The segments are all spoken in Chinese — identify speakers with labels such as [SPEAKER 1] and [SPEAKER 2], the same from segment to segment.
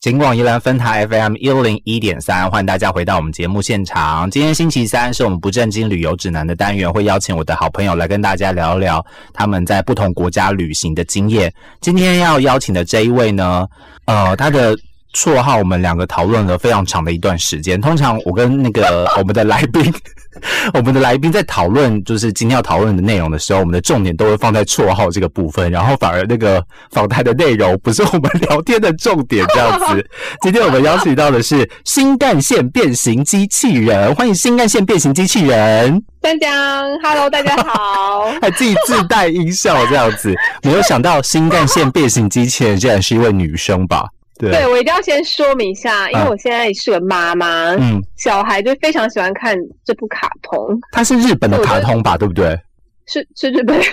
[SPEAKER 1] 尽管宜兰分台 FM 一零一点三，欢迎大家回到我们节目现场。今天星期三是我们不正经旅游指南的单元，会邀请我的好朋友来跟大家聊一聊他们在不同国家旅行的经验。今天要邀请的这一位呢，呃，他的绰号我们两个讨论了非常长的一段时间。通常我跟那个 我们的来宾，我们的来宾在讨论就是今天要讨论的内容的时候，我们的重点都会放在绰号这个部分，然后反而那个 访谈的内容不是我们聊天的重点这样子。今天我们邀请到的是新干线变形机器人，欢迎新干线变形机器人，
[SPEAKER 2] 江江，Hello，大家好。
[SPEAKER 1] 还自己自带音效这样子。没有想到新干线变形机器人竟然是一位女生吧？ 对，
[SPEAKER 2] 对，我一定要先说明一下，因为
[SPEAKER 1] 嗯
[SPEAKER 2] 我现在是个妈妈，
[SPEAKER 1] 嗯，
[SPEAKER 2] 小孩就非常喜欢看这部卡通，
[SPEAKER 1] 它是日本的卡通吧，对不对
[SPEAKER 2] 是是日本。
[SPEAKER 1] ？OK，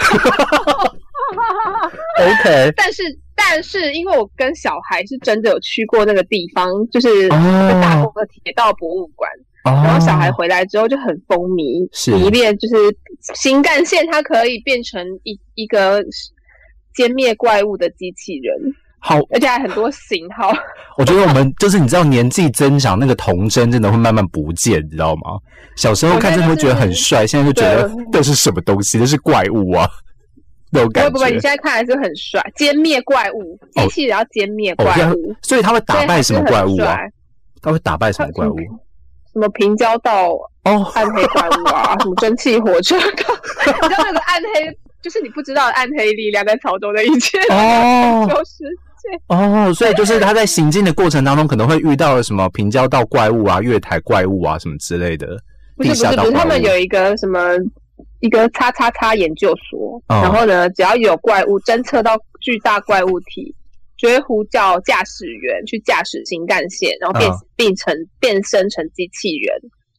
[SPEAKER 2] 但是但是，因为我跟小孩是真的有去过那个地方，就是
[SPEAKER 1] 哦
[SPEAKER 2] 就打过个铁道博物馆，然
[SPEAKER 1] 然
[SPEAKER 2] 后小孩回来之后就很风靡，
[SPEAKER 1] 是
[SPEAKER 2] 迷恋，就是新干线它可以变成一一个歼灭怪物的机器人，
[SPEAKER 1] 好，
[SPEAKER 2] 而且还很多型号。
[SPEAKER 1] 我觉得我们就是你知道年纪增长，那个童真真的会慢慢不见，你知道吗？小时候看真的会觉得很帅，现在就觉得
[SPEAKER 2] 对
[SPEAKER 1] 这是什么东西？这是怪物啊， 那种
[SPEAKER 2] 不会
[SPEAKER 1] 感
[SPEAKER 2] 不会，你
[SPEAKER 1] 觉。
[SPEAKER 2] 现在看还是很帅，歼灭怪物，
[SPEAKER 1] 哦
[SPEAKER 2] 机器人要歼灭
[SPEAKER 1] 哦，这
[SPEAKER 2] 怪
[SPEAKER 1] 样
[SPEAKER 2] 物，
[SPEAKER 1] 所以他会打败什么怪物
[SPEAKER 2] 所以还
[SPEAKER 1] 啊
[SPEAKER 2] 是很？帅？
[SPEAKER 1] 他会打败什么怪 物？
[SPEAKER 2] 什么平交道
[SPEAKER 1] 哦，
[SPEAKER 2] 暗黑怪物啊，什么蒸汽火车，啊 你知道那个暗黑，就是你不知道的暗黑力量在潮州的一切
[SPEAKER 1] 哦
[SPEAKER 2] 就是。
[SPEAKER 1] 哦，所以就是他在行进的过程当中，可能会遇到了什么平交道怪物啊、月台怪物啊什么之类的。
[SPEAKER 2] 不
[SPEAKER 1] 地
[SPEAKER 2] 是不
[SPEAKER 1] 下
[SPEAKER 2] 是
[SPEAKER 1] 道
[SPEAKER 2] 不是，
[SPEAKER 1] 怪
[SPEAKER 2] 他们
[SPEAKER 1] 物
[SPEAKER 2] 有一个什么一个叉叉叉研究所，
[SPEAKER 1] 哦
[SPEAKER 2] 然后呢，只要有怪物侦测到巨大怪物体，就会呼叫驾驶员去驾驶新干线，然后变、
[SPEAKER 1] 嗯
[SPEAKER 2] 变成变身成机器人，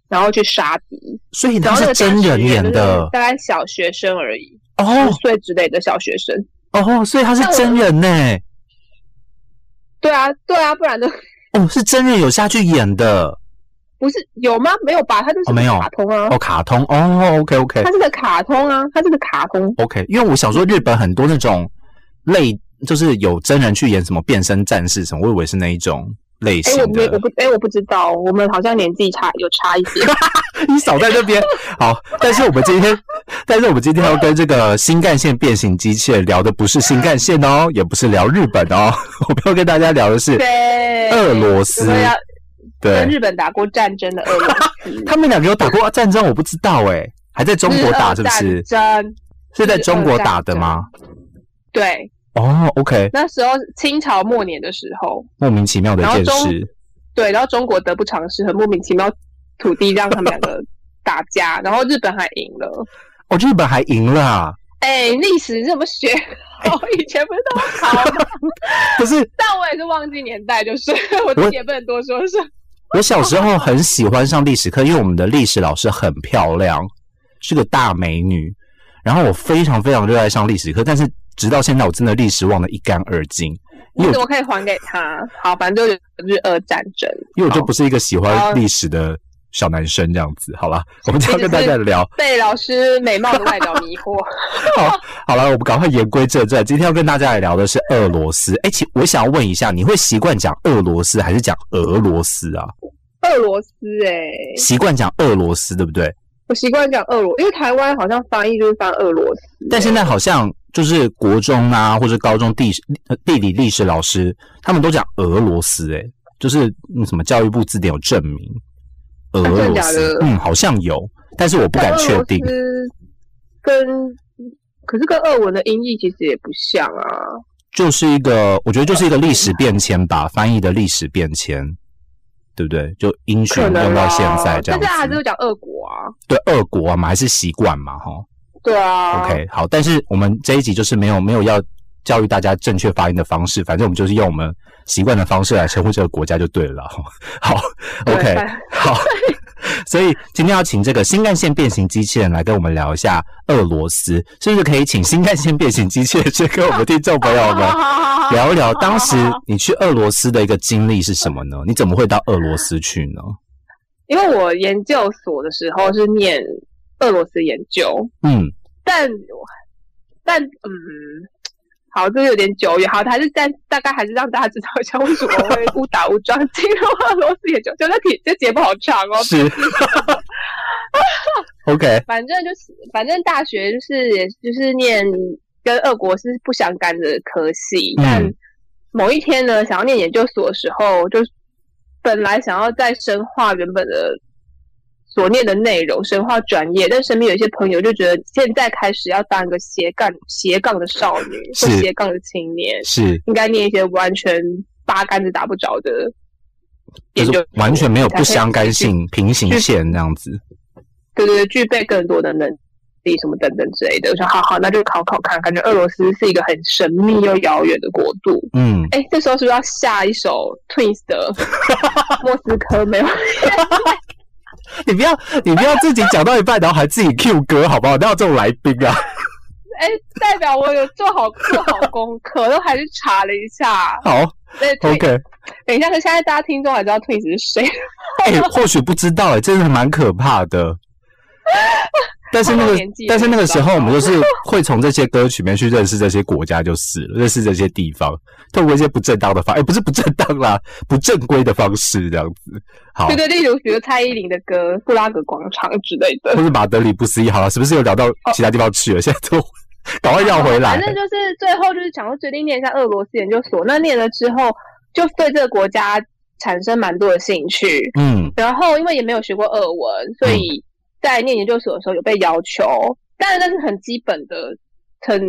[SPEAKER 2] 然后去杀敌。
[SPEAKER 1] 所以
[SPEAKER 2] 然
[SPEAKER 1] 他
[SPEAKER 2] 后那
[SPEAKER 1] 是
[SPEAKER 2] 个
[SPEAKER 1] 真
[SPEAKER 2] 驾驶
[SPEAKER 1] 人
[SPEAKER 2] 员
[SPEAKER 1] 演
[SPEAKER 2] 就是
[SPEAKER 1] 的
[SPEAKER 2] 大概小学生而已，
[SPEAKER 1] 哦
[SPEAKER 2] 五岁之类的小学生。
[SPEAKER 1] 哦，所以他是
[SPEAKER 2] 那我
[SPEAKER 1] 真人呢、
[SPEAKER 2] 对啊，对啊，不然呢？
[SPEAKER 1] 哦，是真人有下去演
[SPEAKER 2] 哦
[SPEAKER 1] 的
[SPEAKER 2] 不是有吗？没有吧？它就是
[SPEAKER 1] 哦没有
[SPEAKER 2] 卡通啊，
[SPEAKER 1] 哦，卡通哦，OK OK
[SPEAKER 2] 它是个卡通啊，它是个卡通。
[SPEAKER 1] OK，因为我想说日本很多那种类，就是有真人去演什么变身战士什么，我以为是那一种类
[SPEAKER 2] 哎、
[SPEAKER 1] 型
[SPEAKER 2] 我没
[SPEAKER 1] 的
[SPEAKER 2] 我。不哎、我不知道，我们好像年纪差有差一点。
[SPEAKER 1] 你少在那边 好，但是我们今天，但是我们今天要跟这个新干线变形机器人聊的不是新干线哦，也不是聊日本哦， 我们要跟大家聊的是
[SPEAKER 2] 对，
[SPEAKER 1] 俄罗斯
[SPEAKER 2] 我们要跟
[SPEAKER 1] 对。
[SPEAKER 2] 日本打过战争的俄罗 斯，
[SPEAKER 1] 他们两个有打过战争，我不知道诶、还在中国
[SPEAKER 2] 嗯呃
[SPEAKER 1] 打是不是？
[SPEAKER 2] 日俄战争
[SPEAKER 1] 是在中国打的吗？
[SPEAKER 2] 对，
[SPEAKER 1] 哦，OK，
[SPEAKER 2] 那时候清朝末年的时候，
[SPEAKER 1] 莫名其妙的一件
[SPEAKER 2] 然后
[SPEAKER 1] 事
[SPEAKER 2] 中。对，然后中国得不偿失，很莫名其妙土地让他们两个打架，然后日本还赢了。
[SPEAKER 1] 哦，日本还赢了、啊，
[SPEAKER 2] 哎，历史怎么学？
[SPEAKER 1] 哎
[SPEAKER 2] 我以前不是都考吗，
[SPEAKER 1] 可是
[SPEAKER 2] 但我也是忘记年代，就是我自己也不能多说什么。
[SPEAKER 1] 我小时候很喜欢上历史课，因为我们的历史老师很漂亮，是个大美女。然后我非常非常热爱上历史课，但是直到现在，我真的历史忘得一干二净，因
[SPEAKER 2] 你
[SPEAKER 1] 为
[SPEAKER 2] 怎
[SPEAKER 1] 我
[SPEAKER 2] 么可以还给他？好，反正就是日俄战争。
[SPEAKER 1] 因为我就不是一个喜
[SPEAKER 2] 好
[SPEAKER 1] 欢历史的小男生这样子。好啦， 我们就要
[SPEAKER 2] 你只
[SPEAKER 1] 跟大
[SPEAKER 2] 是
[SPEAKER 1] 家聊。
[SPEAKER 2] 被老师美貌的外表迷惑。
[SPEAKER 1] 好了，我们赶快言归正传，今天要跟大家来聊的是俄罗斯。哎，其我想要问一下，你会习惯讲俄罗斯还是讲俄罗斯啊？
[SPEAKER 2] 俄罗斯、欸，
[SPEAKER 1] 习惯讲俄罗斯，对不对？
[SPEAKER 2] 我习惯讲俄罗，因为台湾好像翻译就是翻俄罗斯、
[SPEAKER 1] 但现
[SPEAKER 2] 呢，
[SPEAKER 1] 在好像就是国中啊，或者高中地呃地理历史老师，他们都讲俄罗斯、欸，就是嗯什么教育部字典有证明俄
[SPEAKER 2] 啊真
[SPEAKER 1] 罗
[SPEAKER 2] 的假
[SPEAKER 1] 斯
[SPEAKER 2] 的，
[SPEAKER 1] 嗯，好像有，但是我不敢确定
[SPEAKER 2] 但俄罗斯跟可是跟俄文的音译其实也不像啊。
[SPEAKER 1] 就是一个，我觉得就是一个历史变迁吧，翻译的历史变迁，对不对？就英雄
[SPEAKER 2] 可能
[SPEAKER 1] 用到
[SPEAKER 2] 啊
[SPEAKER 1] 现在这样
[SPEAKER 2] 但是还是
[SPEAKER 1] 子，
[SPEAKER 2] 会讲俄国啊。
[SPEAKER 1] 对，俄国啊嘛，还是习惯嘛，哈。
[SPEAKER 2] 对啊
[SPEAKER 1] OK，好，但是我们这一集就是没有没有要教育大家正确发音的方式，反正我们就是用我们习惯的方式来称呼这个国家就对了。 好
[SPEAKER 2] 对
[SPEAKER 1] ，OK，好， 所以今天要请这个新干线变形机器人来跟我们聊一下俄罗斯，是不是可以请新干线变形机器人先跟我们听众朋友 们聊一聊，当时你去俄罗斯的一个经历是什么呢？你怎么会到俄罗斯去呢？
[SPEAKER 2] 因为我研究所的时候是念俄罗斯研究，
[SPEAKER 1] 嗯，
[SPEAKER 2] 但但嗯，好，这有点久远，好，还是但大概还是让大家知道一下为什么我会误打误撞进入俄罗斯研究所。这题这节目好长哦，
[SPEAKER 1] 是 ，OK，
[SPEAKER 2] 反正就是，反正大学就是也就是念跟俄国是不相干的科系，
[SPEAKER 1] 嗯
[SPEAKER 2] 但某一天呢，想要念研究所的时候，就本来想要再深化原本的所念的内容，深化专业，但身边有一些朋友就觉得现在开始要当一个斜杠斜杠的少女
[SPEAKER 1] 是
[SPEAKER 2] 或斜杠的青年，
[SPEAKER 1] 是，
[SPEAKER 2] 应该念一些完全八竿子打不着的
[SPEAKER 1] 就
[SPEAKER 2] 研究
[SPEAKER 1] 是
[SPEAKER 2] 所，
[SPEAKER 1] 完全没有
[SPEAKER 2] 才
[SPEAKER 1] 不
[SPEAKER 2] 可以
[SPEAKER 1] 相干
[SPEAKER 2] 继 续
[SPEAKER 1] 性、平行线这样子。
[SPEAKER 2] 对对对，具备更多的能力什么等等之类的。我想，好好，那就考考看。感觉俄罗斯是一个很神秘又遥远的国度。
[SPEAKER 1] 嗯，
[SPEAKER 2] 哎，这时候是不是要下一首 Twins 的莫斯科没有？
[SPEAKER 1] 你不要，你不要自己讲到一半，然后还自己 Q 歌，好不好？不要这种来宾啊！
[SPEAKER 2] 哎，代表我有做好做好功课，都还去查了一下。
[SPEAKER 1] 好
[SPEAKER 2] 对对
[SPEAKER 1] ，OK，
[SPEAKER 2] 等一下，可是现在大家听众还知道 Twins 是谁？
[SPEAKER 1] 哎、或许不知道、哎，真的蛮可怕 的。但是那
[SPEAKER 2] 到
[SPEAKER 1] 个
[SPEAKER 2] 年纪，了
[SPEAKER 1] 但是那个时候，我们就是会从这些歌曲里面去认识这些国家，就是了认识这些地方，透过一些不正当的方，哎、不是不正当啦， 不正规的方式这样子。好
[SPEAKER 2] 对，对，例如比如蔡依林的歌《布拉格广场》之类的
[SPEAKER 1] 或。是马德里不思议，好了，是不是又聊到其他地方去了？现在都 赶快绕回来
[SPEAKER 2] 反。正就是最后就是想要决定念一下俄罗斯研究所，那念了之后就对这个国家产生蛮多的兴趣。
[SPEAKER 1] 嗯
[SPEAKER 2] 然后因为也没有学过俄文，所以在念研究所的时候有被要求，当然那是很基本的，很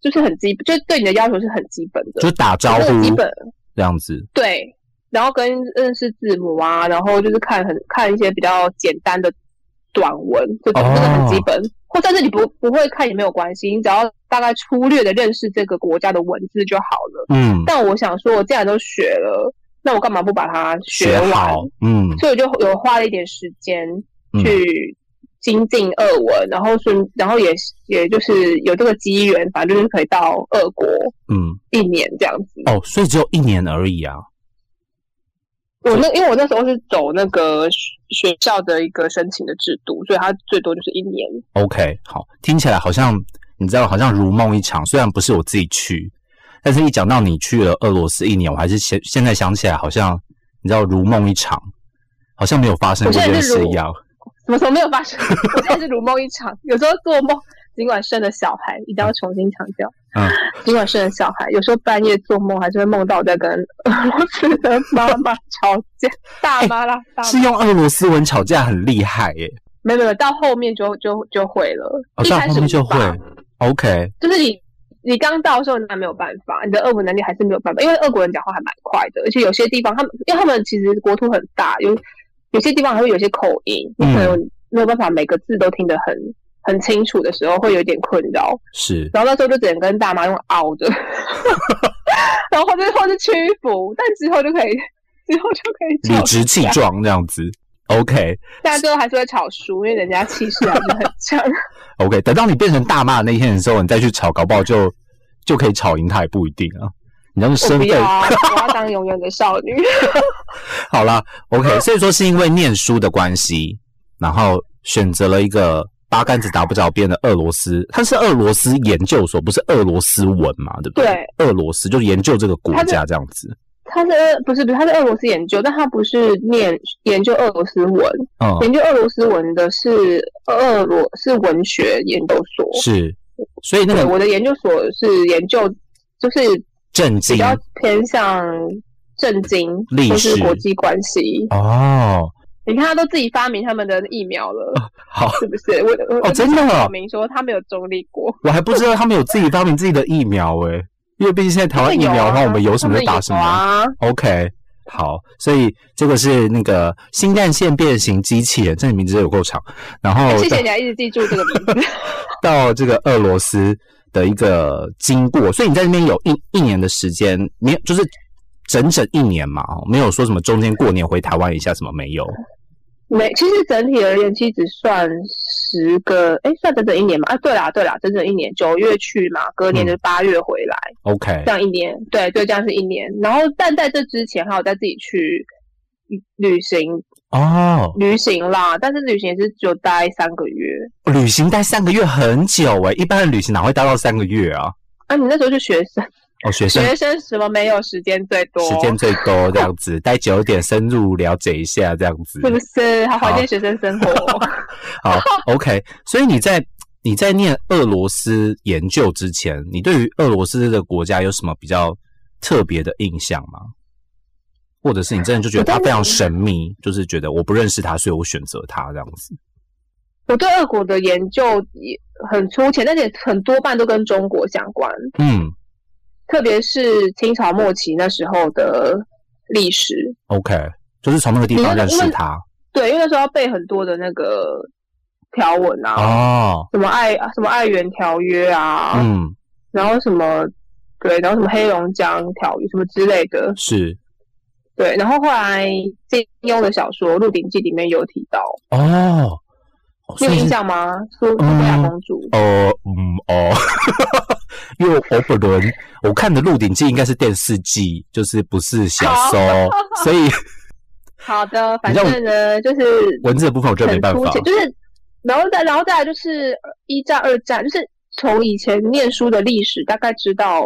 [SPEAKER 2] 就是很基，就是对你的要求是很基本的，
[SPEAKER 1] 就打招
[SPEAKER 2] 这个
[SPEAKER 1] 呼
[SPEAKER 2] 基本
[SPEAKER 1] 这样子。
[SPEAKER 2] 对。然后跟认识字母啊，然后就是看很看一些比较简单的短文，就真的很基
[SPEAKER 1] 哦
[SPEAKER 2] 本。或甚至你不不会看也没有关系，你只要大概粗略的认识这个国家的文字就好了。
[SPEAKER 1] 嗯，
[SPEAKER 2] 但我想说，我既然都学了，那我干嘛不把它
[SPEAKER 1] 学
[SPEAKER 2] 完？
[SPEAKER 1] 好。嗯
[SPEAKER 2] 所以我就有花了一点时间
[SPEAKER 1] 嗯
[SPEAKER 2] 去精进俄文，然后顺，然后也也就是有这个机缘，反正就是可以到俄国
[SPEAKER 1] 嗯，
[SPEAKER 2] 一年这样子。
[SPEAKER 1] 哦，所以只有一年而已啊。
[SPEAKER 2] 我那因为我那时候是走那个学学校的一个申请的制度，所以它最多就是一年。
[SPEAKER 1] OK，好，听起来好像你知道，好像如梦一场。虽然不是我自己去，但是一讲到你去了俄罗斯一年，我还是现现在想起来，好像你知道如梦一场，好像没有发生过
[SPEAKER 2] 我
[SPEAKER 1] 这
[SPEAKER 2] 现在
[SPEAKER 1] 件
[SPEAKER 2] 是
[SPEAKER 1] 事
[SPEAKER 2] 如
[SPEAKER 1] 一样。
[SPEAKER 2] 什么时候没有发生？我现在是如梦一场，有时候做梦，尽管生了小孩，一定要重新强调，
[SPEAKER 1] 嗯，
[SPEAKER 2] 尽管生了小孩，有时候半夜做梦还是会梦到我在跟俄罗斯的妈妈吵架，大妈啦，大妈。
[SPEAKER 1] 哎是用俄罗斯文吵架很厉害耶、
[SPEAKER 2] 没有没有，到后面就就就会了。
[SPEAKER 1] 哦，
[SPEAKER 2] 一
[SPEAKER 1] 到
[SPEAKER 2] 开
[SPEAKER 1] 后
[SPEAKER 2] 始
[SPEAKER 1] 面就
[SPEAKER 2] 无法
[SPEAKER 1] 会。OK，
[SPEAKER 2] 就是你你刚到的时候，那没有办法，你的俄文能力还是没有办法，因为俄国人讲话还蛮快的，而且有些地方他们，因为他们其实国土很大，有有些地方还会有些口音，你可能
[SPEAKER 1] 嗯
[SPEAKER 2] 没有办法每个字都听得很很清楚的时候，会有点困扰。
[SPEAKER 1] 是
[SPEAKER 2] 然后那时候就只能跟大妈用凹的， 然后或者或者屈服，但之后就可以。之后就可以
[SPEAKER 1] 理
[SPEAKER 2] 吵，
[SPEAKER 1] 直气壮这样子。OK
[SPEAKER 2] 但最后还是会吵输，因为人家气势还是很强。
[SPEAKER 1] OK，等到你变成大骂那一天的时候，你再去吵，搞不好就就可以吵赢他也不一定啊。你要是
[SPEAKER 2] 我
[SPEAKER 1] 身
[SPEAKER 2] 不
[SPEAKER 1] 份
[SPEAKER 2] 要啊！我要当永远的少女。
[SPEAKER 1] 好啦 o k 所以说是因为念书的关系，然后选择了一个八竿子打不着边的俄罗斯，它是俄罗斯研究所，不是俄罗斯文嘛，对不对？
[SPEAKER 2] 对，
[SPEAKER 1] 俄罗斯就是研究这个国家这样子。
[SPEAKER 2] 他是俄不是不是他是俄罗斯研究，但他不是念研究俄罗斯文，
[SPEAKER 1] 嗯，
[SPEAKER 2] 研究俄罗斯文的是俄罗是文学研究所。
[SPEAKER 1] 嗯是，所以那
[SPEAKER 2] 对，
[SPEAKER 1] 个
[SPEAKER 2] 我的研究所是研究就是
[SPEAKER 1] 震
[SPEAKER 2] 比
[SPEAKER 1] 惊
[SPEAKER 2] 较偏向政经
[SPEAKER 1] 历
[SPEAKER 2] 或
[SPEAKER 1] 史
[SPEAKER 2] 是国际关系。
[SPEAKER 1] 哦，
[SPEAKER 2] 你看，他都自己发明他们的疫苗了，
[SPEAKER 1] 好，
[SPEAKER 2] 是不是？我我
[SPEAKER 1] 哦真的哦
[SPEAKER 2] 表明说他没有中立过。
[SPEAKER 1] 我还不知道他们有自己发明自己的疫苗诶、因为毕竟现在台湾疫苗的话，我们有什么就打什么。
[SPEAKER 2] 啊他们有啊
[SPEAKER 1] OK，好，所以这个是那个新干线变形机器人，这名字有够长。然后
[SPEAKER 2] 哎谢谢你还啊一直记住这个名字。
[SPEAKER 1] 到这个俄罗斯的一个经过，所以你在那边有一一年的时间，没有就是整整一年嘛，哦没有说什么中间过年回台湾一下什么没有，
[SPEAKER 2] 没，其实整体而言，其实只算十个，哎，算整整一年嘛？啊，对啦，对啦，整整一年，九月去嘛，隔
[SPEAKER 1] 嗯
[SPEAKER 2] 年就八月回来，
[SPEAKER 1] OK，
[SPEAKER 2] 这样一年，对对，这样是一年。然后，但在这之前，还有再自己去旅旅行，
[SPEAKER 1] 哦，
[SPEAKER 2] 旅行啦，但是旅行也是只有待三个月，
[SPEAKER 1] 欸旅行待三个月很久诶、一般的旅行哪会待到三个月啊？
[SPEAKER 2] 啊，你那时候是学生，
[SPEAKER 1] 哦，学生
[SPEAKER 2] 学生什么没有时间最多，
[SPEAKER 1] 时间最多这样子，待久一点，深入了解一下这样子
[SPEAKER 2] 是。不是？好怀念学生生活。
[SPEAKER 1] 好，OK。所以你在你在念俄罗斯研究之前，你对于俄罗斯这个国家有什么比较特别的印象吗？或者是你真的就觉得它非常神秘，就是觉得我不认识它，所以我选择它这样子。
[SPEAKER 2] 我对俄国的研究也很粗浅，但且很多半都跟中国相关，
[SPEAKER 1] 嗯
[SPEAKER 2] 特别是清朝末期那时候的历史。
[SPEAKER 1] ，OK，就是从那个地
[SPEAKER 2] 你
[SPEAKER 1] 方
[SPEAKER 2] 嗯那个
[SPEAKER 1] 认
[SPEAKER 2] 因
[SPEAKER 1] 识
[SPEAKER 2] 为
[SPEAKER 1] 它。
[SPEAKER 2] 对，因为那时候要背很多的那个条文啊，
[SPEAKER 1] 哦，
[SPEAKER 2] 什么爱什么爱媛条约啊，
[SPEAKER 1] 嗯，
[SPEAKER 2] 然后什么对，然后什么黑龙江条约什么之类的，
[SPEAKER 1] 是。
[SPEAKER 2] 对，然后后来金庸的小说《鹿鼎记》里面有提到，
[SPEAKER 1] 哦，哦
[SPEAKER 2] 你
[SPEAKER 1] 所
[SPEAKER 2] 有
[SPEAKER 1] 以是嗯
[SPEAKER 2] 印象吗？苏苏菲亚公主，
[SPEAKER 1] 呃，嗯，哦， 因为我本人我看的《鹿鼎记》应该是电视剧，就是不是小说，所以
[SPEAKER 2] 好的，反
[SPEAKER 1] 你让我
[SPEAKER 2] 正呢就是
[SPEAKER 1] 文字的部分我真的没
[SPEAKER 2] 很
[SPEAKER 1] 办
[SPEAKER 2] 粗
[SPEAKER 1] 法
[SPEAKER 2] 浅，。就是然后再然后再来就是一战、二战，就是从以前念书的历史大概知道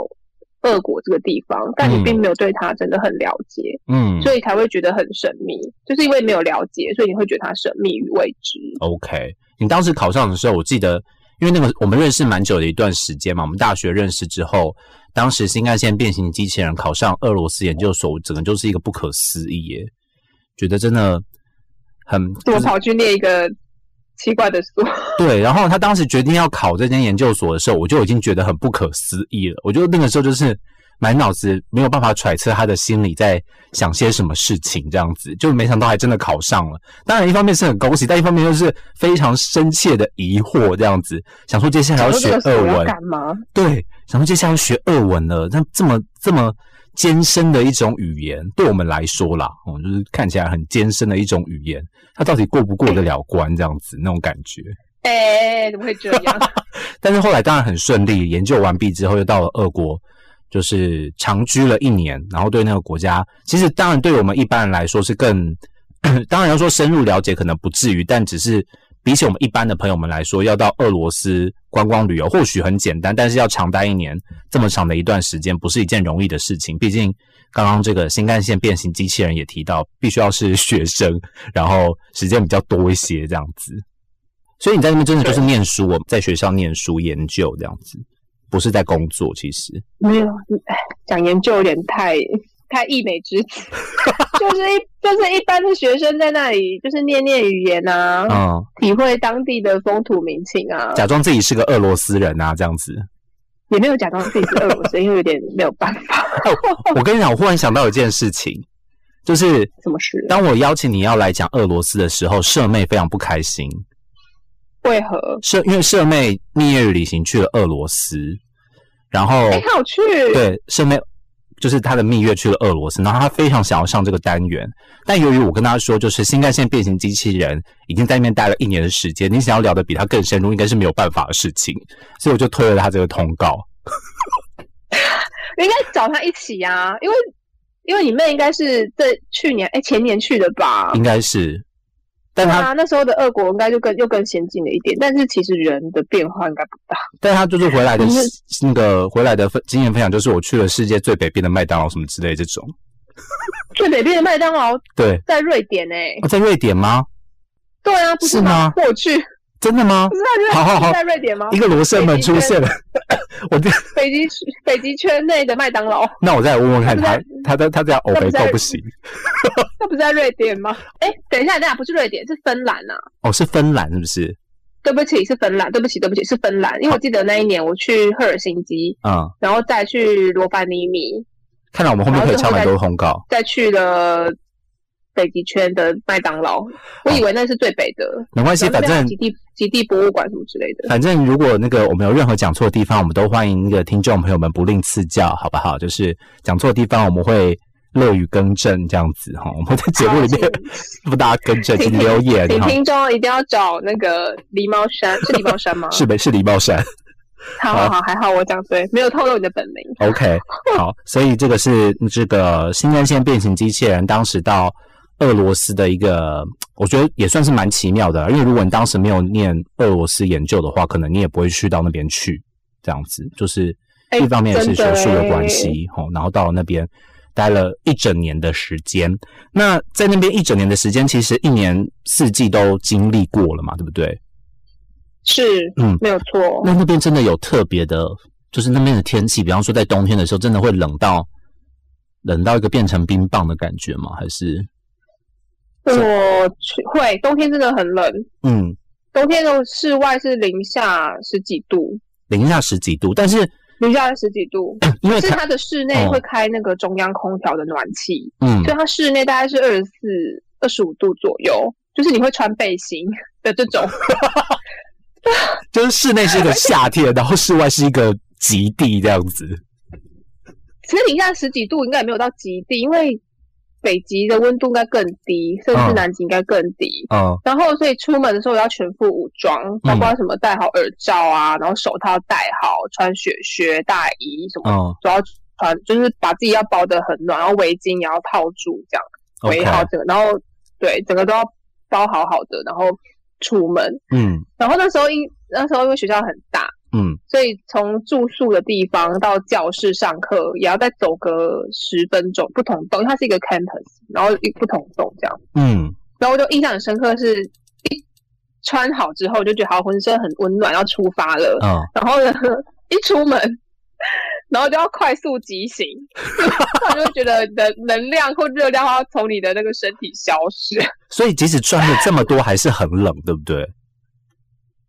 [SPEAKER 2] 俄国这个地方，但你
[SPEAKER 1] 嗯
[SPEAKER 2] 并没有对它真的很了解，
[SPEAKER 1] 嗯
[SPEAKER 2] 所以才会觉得很神秘，就是因为没有了解，所以你会觉得它神秘与未知。
[SPEAKER 1] ，OK。你当时考上的时候，我记得，因为那个我们认识蛮久的一段时间嘛，我们大学认识之后，当时新干线变形机器人考上俄罗斯研究所，我整个就是一个不可思议耶，觉得真的很
[SPEAKER 2] 就
[SPEAKER 1] 就
[SPEAKER 2] 我
[SPEAKER 1] 是
[SPEAKER 2] 跑去念一个奇怪的书，
[SPEAKER 1] 对，然后他当时决定要考这间研究所的时候，我就已经觉得很不可思议了。我就那个时候就是满脑子没有办法揣测他的心里在想些什么事情，这样子就没想到还真的考上了。当然，一方面是很恭喜，但一方面又是非常深切的疑惑，这样子想说接下来
[SPEAKER 2] 想
[SPEAKER 1] 要
[SPEAKER 2] 说这
[SPEAKER 1] 学
[SPEAKER 2] 个书
[SPEAKER 1] 俄
[SPEAKER 2] 要
[SPEAKER 1] 文，
[SPEAKER 2] 干嘛？
[SPEAKER 1] 对，想说接下来要学俄文了，那这么这么艰深的一种语言，对我们来说啦，嗯，就是看起来很艰深的一种语言，它到底过不过得了关？这样子那种感觉。
[SPEAKER 2] 哎、怎么会这样？
[SPEAKER 1] 但是后来当然很顺利，研究完毕之后又到了俄国，就是长居了一年，然后对那个国家，其实当然对我们一般人来说是更， 当然要说深入了解可能不至于，但只是比起我们一般的朋友们来说，要到俄罗斯观光旅游或许很简单，但是要长待一年这么长的一段时间，不是一件容易的事情。毕竟刚刚这个新干线变形机器人也提到，必须要是学生，然后时间比较多一些这样子。所以你在那边真的就是念书，我在学校念书研究这样子，不是在工作。其实
[SPEAKER 2] 没有，哎讲研究有点太 太溢美之词，就是一就是一般的学生在那里就是念念语言啊，
[SPEAKER 1] 嗯，
[SPEAKER 2] 体会当地的风土民情啊，
[SPEAKER 1] 假装自己是个俄罗斯人啊，这样子。
[SPEAKER 2] 也没有假装自己是俄罗斯，因为有点没有办法。
[SPEAKER 1] 我跟你讲，我忽然想到一件事情，就是
[SPEAKER 2] 什么事？
[SPEAKER 1] 当我邀请你要来讲俄罗斯的时候，社妹非常不开心，
[SPEAKER 2] 为何？
[SPEAKER 1] 社因为社妹蜜月旅行去了俄罗斯，然后
[SPEAKER 2] 哎、好去，
[SPEAKER 1] 对，身边就是他的蜜月去了俄罗斯，然后他非常想要上这个单元，但由于我跟他说，就是新干线变形机器人已经在那边待了一年的时间，你想要聊得比他更深入，应该是没有办法的事情，所以我就推了他这个通告。
[SPEAKER 2] 你应该找他一起呀、因为因为你妹应该是这去年哎、前年去的吧
[SPEAKER 1] 应？该是，但他
[SPEAKER 2] 啊，那时候的俄国应该就更又更先进了一点，但是其实人的变化应该不大。
[SPEAKER 1] 但他就是回来的
[SPEAKER 2] 不是
[SPEAKER 1] 那个回来的分经验分享，就是我去了世界最北边的麦当劳什么之类这种。
[SPEAKER 2] 最北边的麦当劳
[SPEAKER 1] 对，
[SPEAKER 2] 在瑞典哎、
[SPEAKER 1] 啊、在瑞典吗？
[SPEAKER 2] 对啊，不
[SPEAKER 1] 是吗
[SPEAKER 2] 我去，不
[SPEAKER 1] 真的吗？
[SPEAKER 2] 是在瑞
[SPEAKER 1] 好好好
[SPEAKER 2] 是在瑞典吗
[SPEAKER 1] 一？个罗生门出现了， 我这
[SPEAKER 2] 北极北极圈内的麦当劳，
[SPEAKER 1] 那我再问 问看他他
[SPEAKER 2] 他不，
[SPEAKER 1] 在他在欧
[SPEAKER 2] 他
[SPEAKER 1] 北
[SPEAKER 2] 不在
[SPEAKER 1] 够不行。
[SPEAKER 2] 那不是在瑞典吗？哎，等一下，等一下，不是瑞典，是芬兰啊！
[SPEAKER 1] 哦，是芬兰是不是？
[SPEAKER 2] 对不起，是芬兰，对不起，对不起，是芬兰。因为我记得那一年我去赫尔辛基，
[SPEAKER 1] 嗯，
[SPEAKER 2] 然后再去罗凡尼米，
[SPEAKER 1] 看来我们后面可以敲蛮多通告。
[SPEAKER 2] 再去了北极圈的麦当劳。我以为那是最北的，
[SPEAKER 1] 没关系，
[SPEAKER 2] 然后
[SPEAKER 1] 哦反
[SPEAKER 2] 那边还有
[SPEAKER 1] 正
[SPEAKER 2] 极地极地博物馆什么之类的。
[SPEAKER 1] 反正如果那个我们有任何讲错的地方，我们都欢迎那个听众朋友们不吝赐教，好不好？就是讲错的地方，我们会乐于更正这样子哈。我们在节目里面
[SPEAKER 2] 好
[SPEAKER 1] 不大家更 正，
[SPEAKER 2] 请
[SPEAKER 1] 请
[SPEAKER 2] 听
[SPEAKER 1] 留言
[SPEAKER 2] 请
[SPEAKER 1] 哈。
[SPEAKER 2] 听众一定要找那个狸猫山，是狸猫山吗？
[SPEAKER 1] 是没是礼貌山
[SPEAKER 2] 好好好，还好我讲对，没有透露你的本名。
[SPEAKER 1] ，OK，好，所以这个是嗯这个新干线变形机器人当时到俄罗斯的一个，我觉得也算是蛮奇妙的啦，啊因为如果你当时没有念俄罗斯研究的话，可能你也不会去到那边去，这样子就是
[SPEAKER 2] 哎、哎
[SPEAKER 1] 一方面也是手术有关
[SPEAKER 2] 真的欸
[SPEAKER 1] 系，哦，然后到了那边待了一整年的时间。那在那边一整年的时间，其实一年四季都经历过了嘛，对不对？
[SPEAKER 2] 是，
[SPEAKER 1] 嗯
[SPEAKER 2] 没有错。
[SPEAKER 1] 那那边真的有特别的，就是那边的天气，比方说在冬天的时候，真的会冷到冷到一个变成冰棒的感觉吗？还是
[SPEAKER 2] 我去会冬天真的很冷，
[SPEAKER 1] 嗯，
[SPEAKER 2] 冬天的室外是零下十几度，
[SPEAKER 1] 零下十几度？但是
[SPEAKER 2] 零下十几度，
[SPEAKER 1] 因为
[SPEAKER 2] 是
[SPEAKER 1] 哎它
[SPEAKER 2] 它的室内
[SPEAKER 1] 哦
[SPEAKER 2] 会开那个中央空调的暖气，
[SPEAKER 1] 嗯
[SPEAKER 2] 所以它室内大概是二十四、二十五度左右，就是你会穿背心 的这 种。
[SPEAKER 1] 就是室内是一个夏天，然后室外是一个极地这样子。
[SPEAKER 2] 其实零下十几度应该也没有到极地，因为北极的温度应该更低，甚至
[SPEAKER 1] 嗯
[SPEAKER 2] 南极应该更低。
[SPEAKER 1] 嗯
[SPEAKER 2] 然后，所以出门的时候要全副武装，包括什么戴好耳罩啊，然后手套戴好，穿雪靴、大衣什么，
[SPEAKER 1] 嗯
[SPEAKER 2] 主要穿就是把自己要包得很暖，然后围巾也要套住，这样
[SPEAKER 1] ，OK，
[SPEAKER 2] 围好整个，然后对整个都要包好好的，然后出门。
[SPEAKER 1] 嗯
[SPEAKER 2] 然后那时候因那时候因为学校很大，
[SPEAKER 1] 嗯
[SPEAKER 2] 所以从住宿的地方到教室上课，也要再走个十分钟，不同栋，因为它是一个 campus，然后一不同栋这样。
[SPEAKER 1] 嗯，
[SPEAKER 2] 然后我就印象很深刻是，一穿好之后就觉得好浑身很温暖，要出发了。
[SPEAKER 1] 嗯，
[SPEAKER 2] 然后呢，一出门，然后就要快速疾行，突然就觉得能能量或热量要从你的那个身体消失，
[SPEAKER 1] 所以即使穿了这么多，还是很冷，对不对？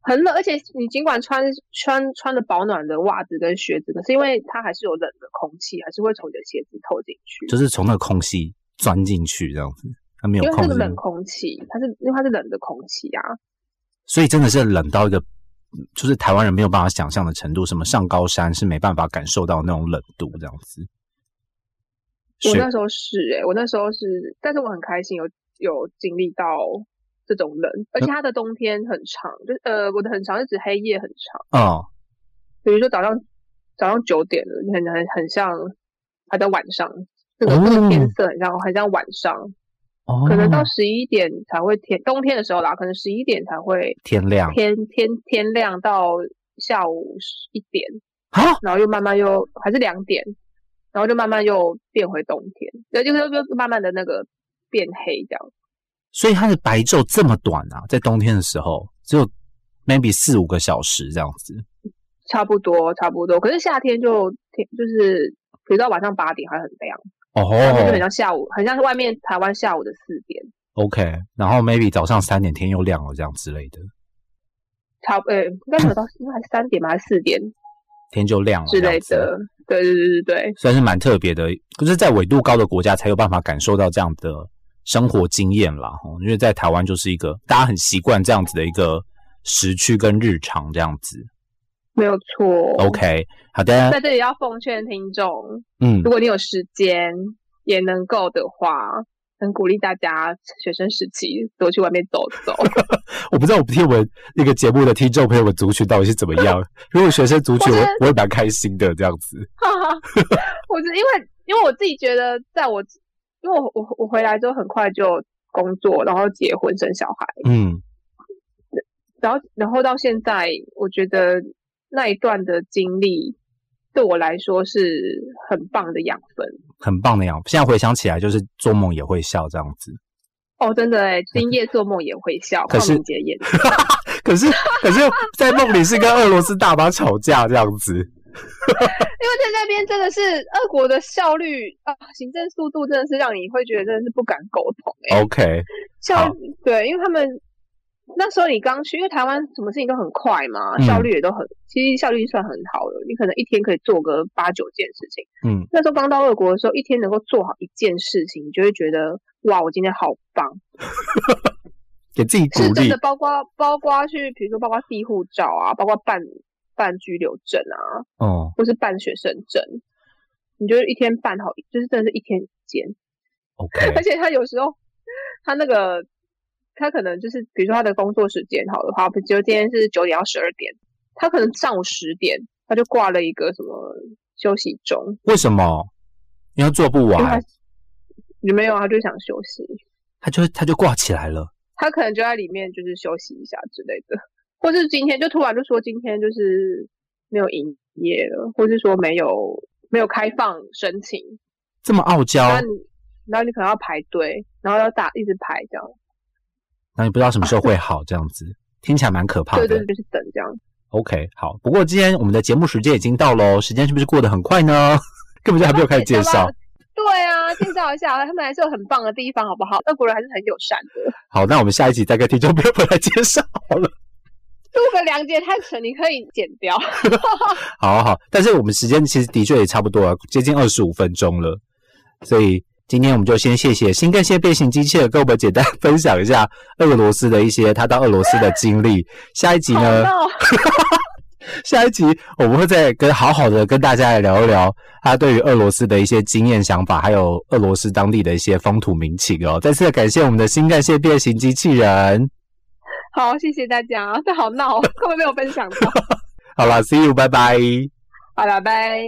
[SPEAKER 2] 很冷。而且你尽管穿穿穿了保暖的袜子跟靴子，可是因为它还是有冷的空气，还是会从你的鞋子透进去。
[SPEAKER 1] 就是从那个空隙钻进去这样子，它没有
[SPEAKER 2] 因为它
[SPEAKER 1] 空
[SPEAKER 2] 是
[SPEAKER 1] 隙，
[SPEAKER 2] 冷空气，它是因为它是冷的空气啊，
[SPEAKER 1] 所以真的是冷到一个，就是台湾人没有办法想象的程度。什么上高山是没办法感受到那种冷度这样子。
[SPEAKER 2] 我
[SPEAKER 1] 雪
[SPEAKER 2] 那时候是诶、我那时候是，但是我很开心有有经历到这种冷，而且它的冬天很长，就是呃我的很长是指黑夜很长，
[SPEAKER 1] 嗯，
[SPEAKER 2] 比如说早上早上九点了，你很很很像还在晚上，那个、
[SPEAKER 1] 哦
[SPEAKER 2] 那个天色很像很像晚上，
[SPEAKER 1] 哦，
[SPEAKER 2] 可能到十一点才会天，冬天的时候啦，可能十一点才会
[SPEAKER 1] 天亮
[SPEAKER 2] 天天天亮到下午一点，
[SPEAKER 1] 啊，
[SPEAKER 2] 然后又慢慢又还是两点，然后就慢慢又变回冬天，对，就是又又慢慢的那个变黑这样。
[SPEAKER 1] 所以它的白昼这么短啊，在冬天的时候只有 maybe 四五个小时这样子。
[SPEAKER 2] 差不多，差不多。可是夏天就天就是，比如到晚上八点还很亮，
[SPEAKER 1] 哦
[SPEAKER 2] 然后就很像下午，很像外面台湾下午的四点，
[SPEAKER 1] ，OK，然后 maybe 早上三点天又亮了这样之类的，
[SPEAKER 2] 差不呃、应该没有到，应该还是三点吧，还是四点
[SPEAKER 1] 天就亮了
[SPEAKER 2] 之
[SPEAKER 1] 这
[SPEAKER 2] 类
[SPEAKER 1] 样子
[SPEAKER 2] 的。对对对对对，
[SPEAKER 1] 算是蛮特别的，可是，在纬度高的国家才有办法感受到这样的生活经验啦。吼因为在台湾就是一个大家很习惯这样子的一个时区跟日常这样子。
[SPEAKER 2] 没有错。
[SPEAKER 1] OK，好的，
[SPEAKER 2] 在这里要奉劝听众，
[SPEAKER 1] 嗯
[SPEAKER 2] 如果你有时间也能够的话，很鼓励大家学生时期多去外面走走。
[SPEAKER 1] 我不知道我们听我们那个节目的听众朋友们族群到底是怎么 样。如果学生族群，
[SPEAKER 2] 我
[SPEAKER 1] 我
[SPEAKER 2] 觉得
[SPEAKER 1] 我也蛮开心的这样子。
[SPEAKER 2] 哈哈， 我是因为因为我自己觉得，在我因为我我我回来之后很快就工作，然后结婚生小孩，
[SPEAKER 1] 嗯
[SPEAKER 2] 然后然后到现在，我觉得那一段的经历对我来说是很棒的养分。
[SPEAKER 1] 很棒的样子。现在回想起来，就是做梦也会笑这样子。
[SPEAKER 2] 哦，真的哎，今夜做梦也会笑，
[SPEAKER 1] 可
[SPEAKER 2] 邝
[SPEAKER 1] 是
[SPEAKER 2] 明杰演的。
[SPEAKER 1] 可是， 可是在梦里是跟俄罗斯大妈吵架这样 子。
[SPEAKER 2] 因为在那边真的是俄国的效率啊，行政速度真的是让你会觉得真的是不敢苟同哎、
[SPEAKER 1] OK，
[SPEAKER 2] 效
[SPEAKER 1] 好
[SPEAKER 2] 对，因为他们那时候你刚去，因为台湾什么事情都很快嘛，
[SPEAKER 1] 嗯
[SPEAKER 2] 效率也都很，其实效率算很好了。你可能一天可以做个八九件事情。
[SPEAKER 1] 嗯，
[SPEAKER 2] 那时候刚到俄国的时候，一天能够做好一件事情，你就会觉得哇，我今天好棒，
[SPEAKER 1] 给自己鼓
[SPEAKER 2] 是真
[SPEAKER 1] 励
[SPEAKER 2] 的。。包括包括去，比如说包括递护照啊，包括办办居留证啊，
[SPEAKER 1] 哦，
[SPEAKER 2] 或是办学生证，你就是一天办好，就是真的是一天一件。
[SPEAKER 1] OK，
[SPEAKER 2] 而且他有时候，他那个他可能就是，比如说他的工作时间好的话，比如今天是九点到十二点，他可能上午十点他就挂了一个什么休息钟，
[SPEAKER 1] 为什么？因为他做不
[SPEAKER 2] 因为他
[SPEAKER 1] 完，
[SPEAKER 2] 你没有他就想休息，
[SPEAKER 1] 他就他就挂起来了。
[SPEAKER 2] 他可能就在里面就是休息一下之类的，或是今天就突然就说今天就是没有营业了，或是说没有没有开放申请，
[SPEAKER 1] 这么傲娇，
[SPEAKER 2] 那你然后你可能要排队，然后要打一直排这样，
[SPEAKER 1] 那你不知道什么时候会好，这 样子听起来蛮可怕
[SPEAKER 2] 对
[SPEAKER 1] 的。
[SPEAKER 2] 对，对就是等这样。
[SPEAKER 1] OK，好。不过今天我们的节目时间已经到喽，时间是不是过得很快呢？ 根本就还没有开始 介绍。
[SPEAKER 2] 对啊，介绍一下，他们还是有很棒的地方，好不好？俄国人还是很友善的。
[SPEAKER 1] 好，那我们下一集再跟听众朋友们来介绍 好了。
[SPEAKER 2] 录个两节太扯，你可以剪掉。
[SPEAKER 1] 好啊好，但是我们时间其实的确也差不多了，接近二十五分钟了，所以今天我们就先谢谢新干线变形机器人跟我们简单分享一下俄罗斯的一些他到俄罗斯的经历。下一集
[SPEAKER 2] 好
[SPEAKER 1] 呢，
[SPEAKER 2] 闹，
[SPEAKER 1] 下一集我们会再跟好好的跟大家来聊一聊他对于俄罗斯的一些经验想法，还有俄罗斯当地的一些风土民情哦。再次感谢我们的新干线变形机器人。
[SPEAKER 2] 好，谢谢大家。这好闹，根本没有分享到。
[SPEAKER 1] 好了，see you，拜拜。
[SPEAKER 2] 好了，拜。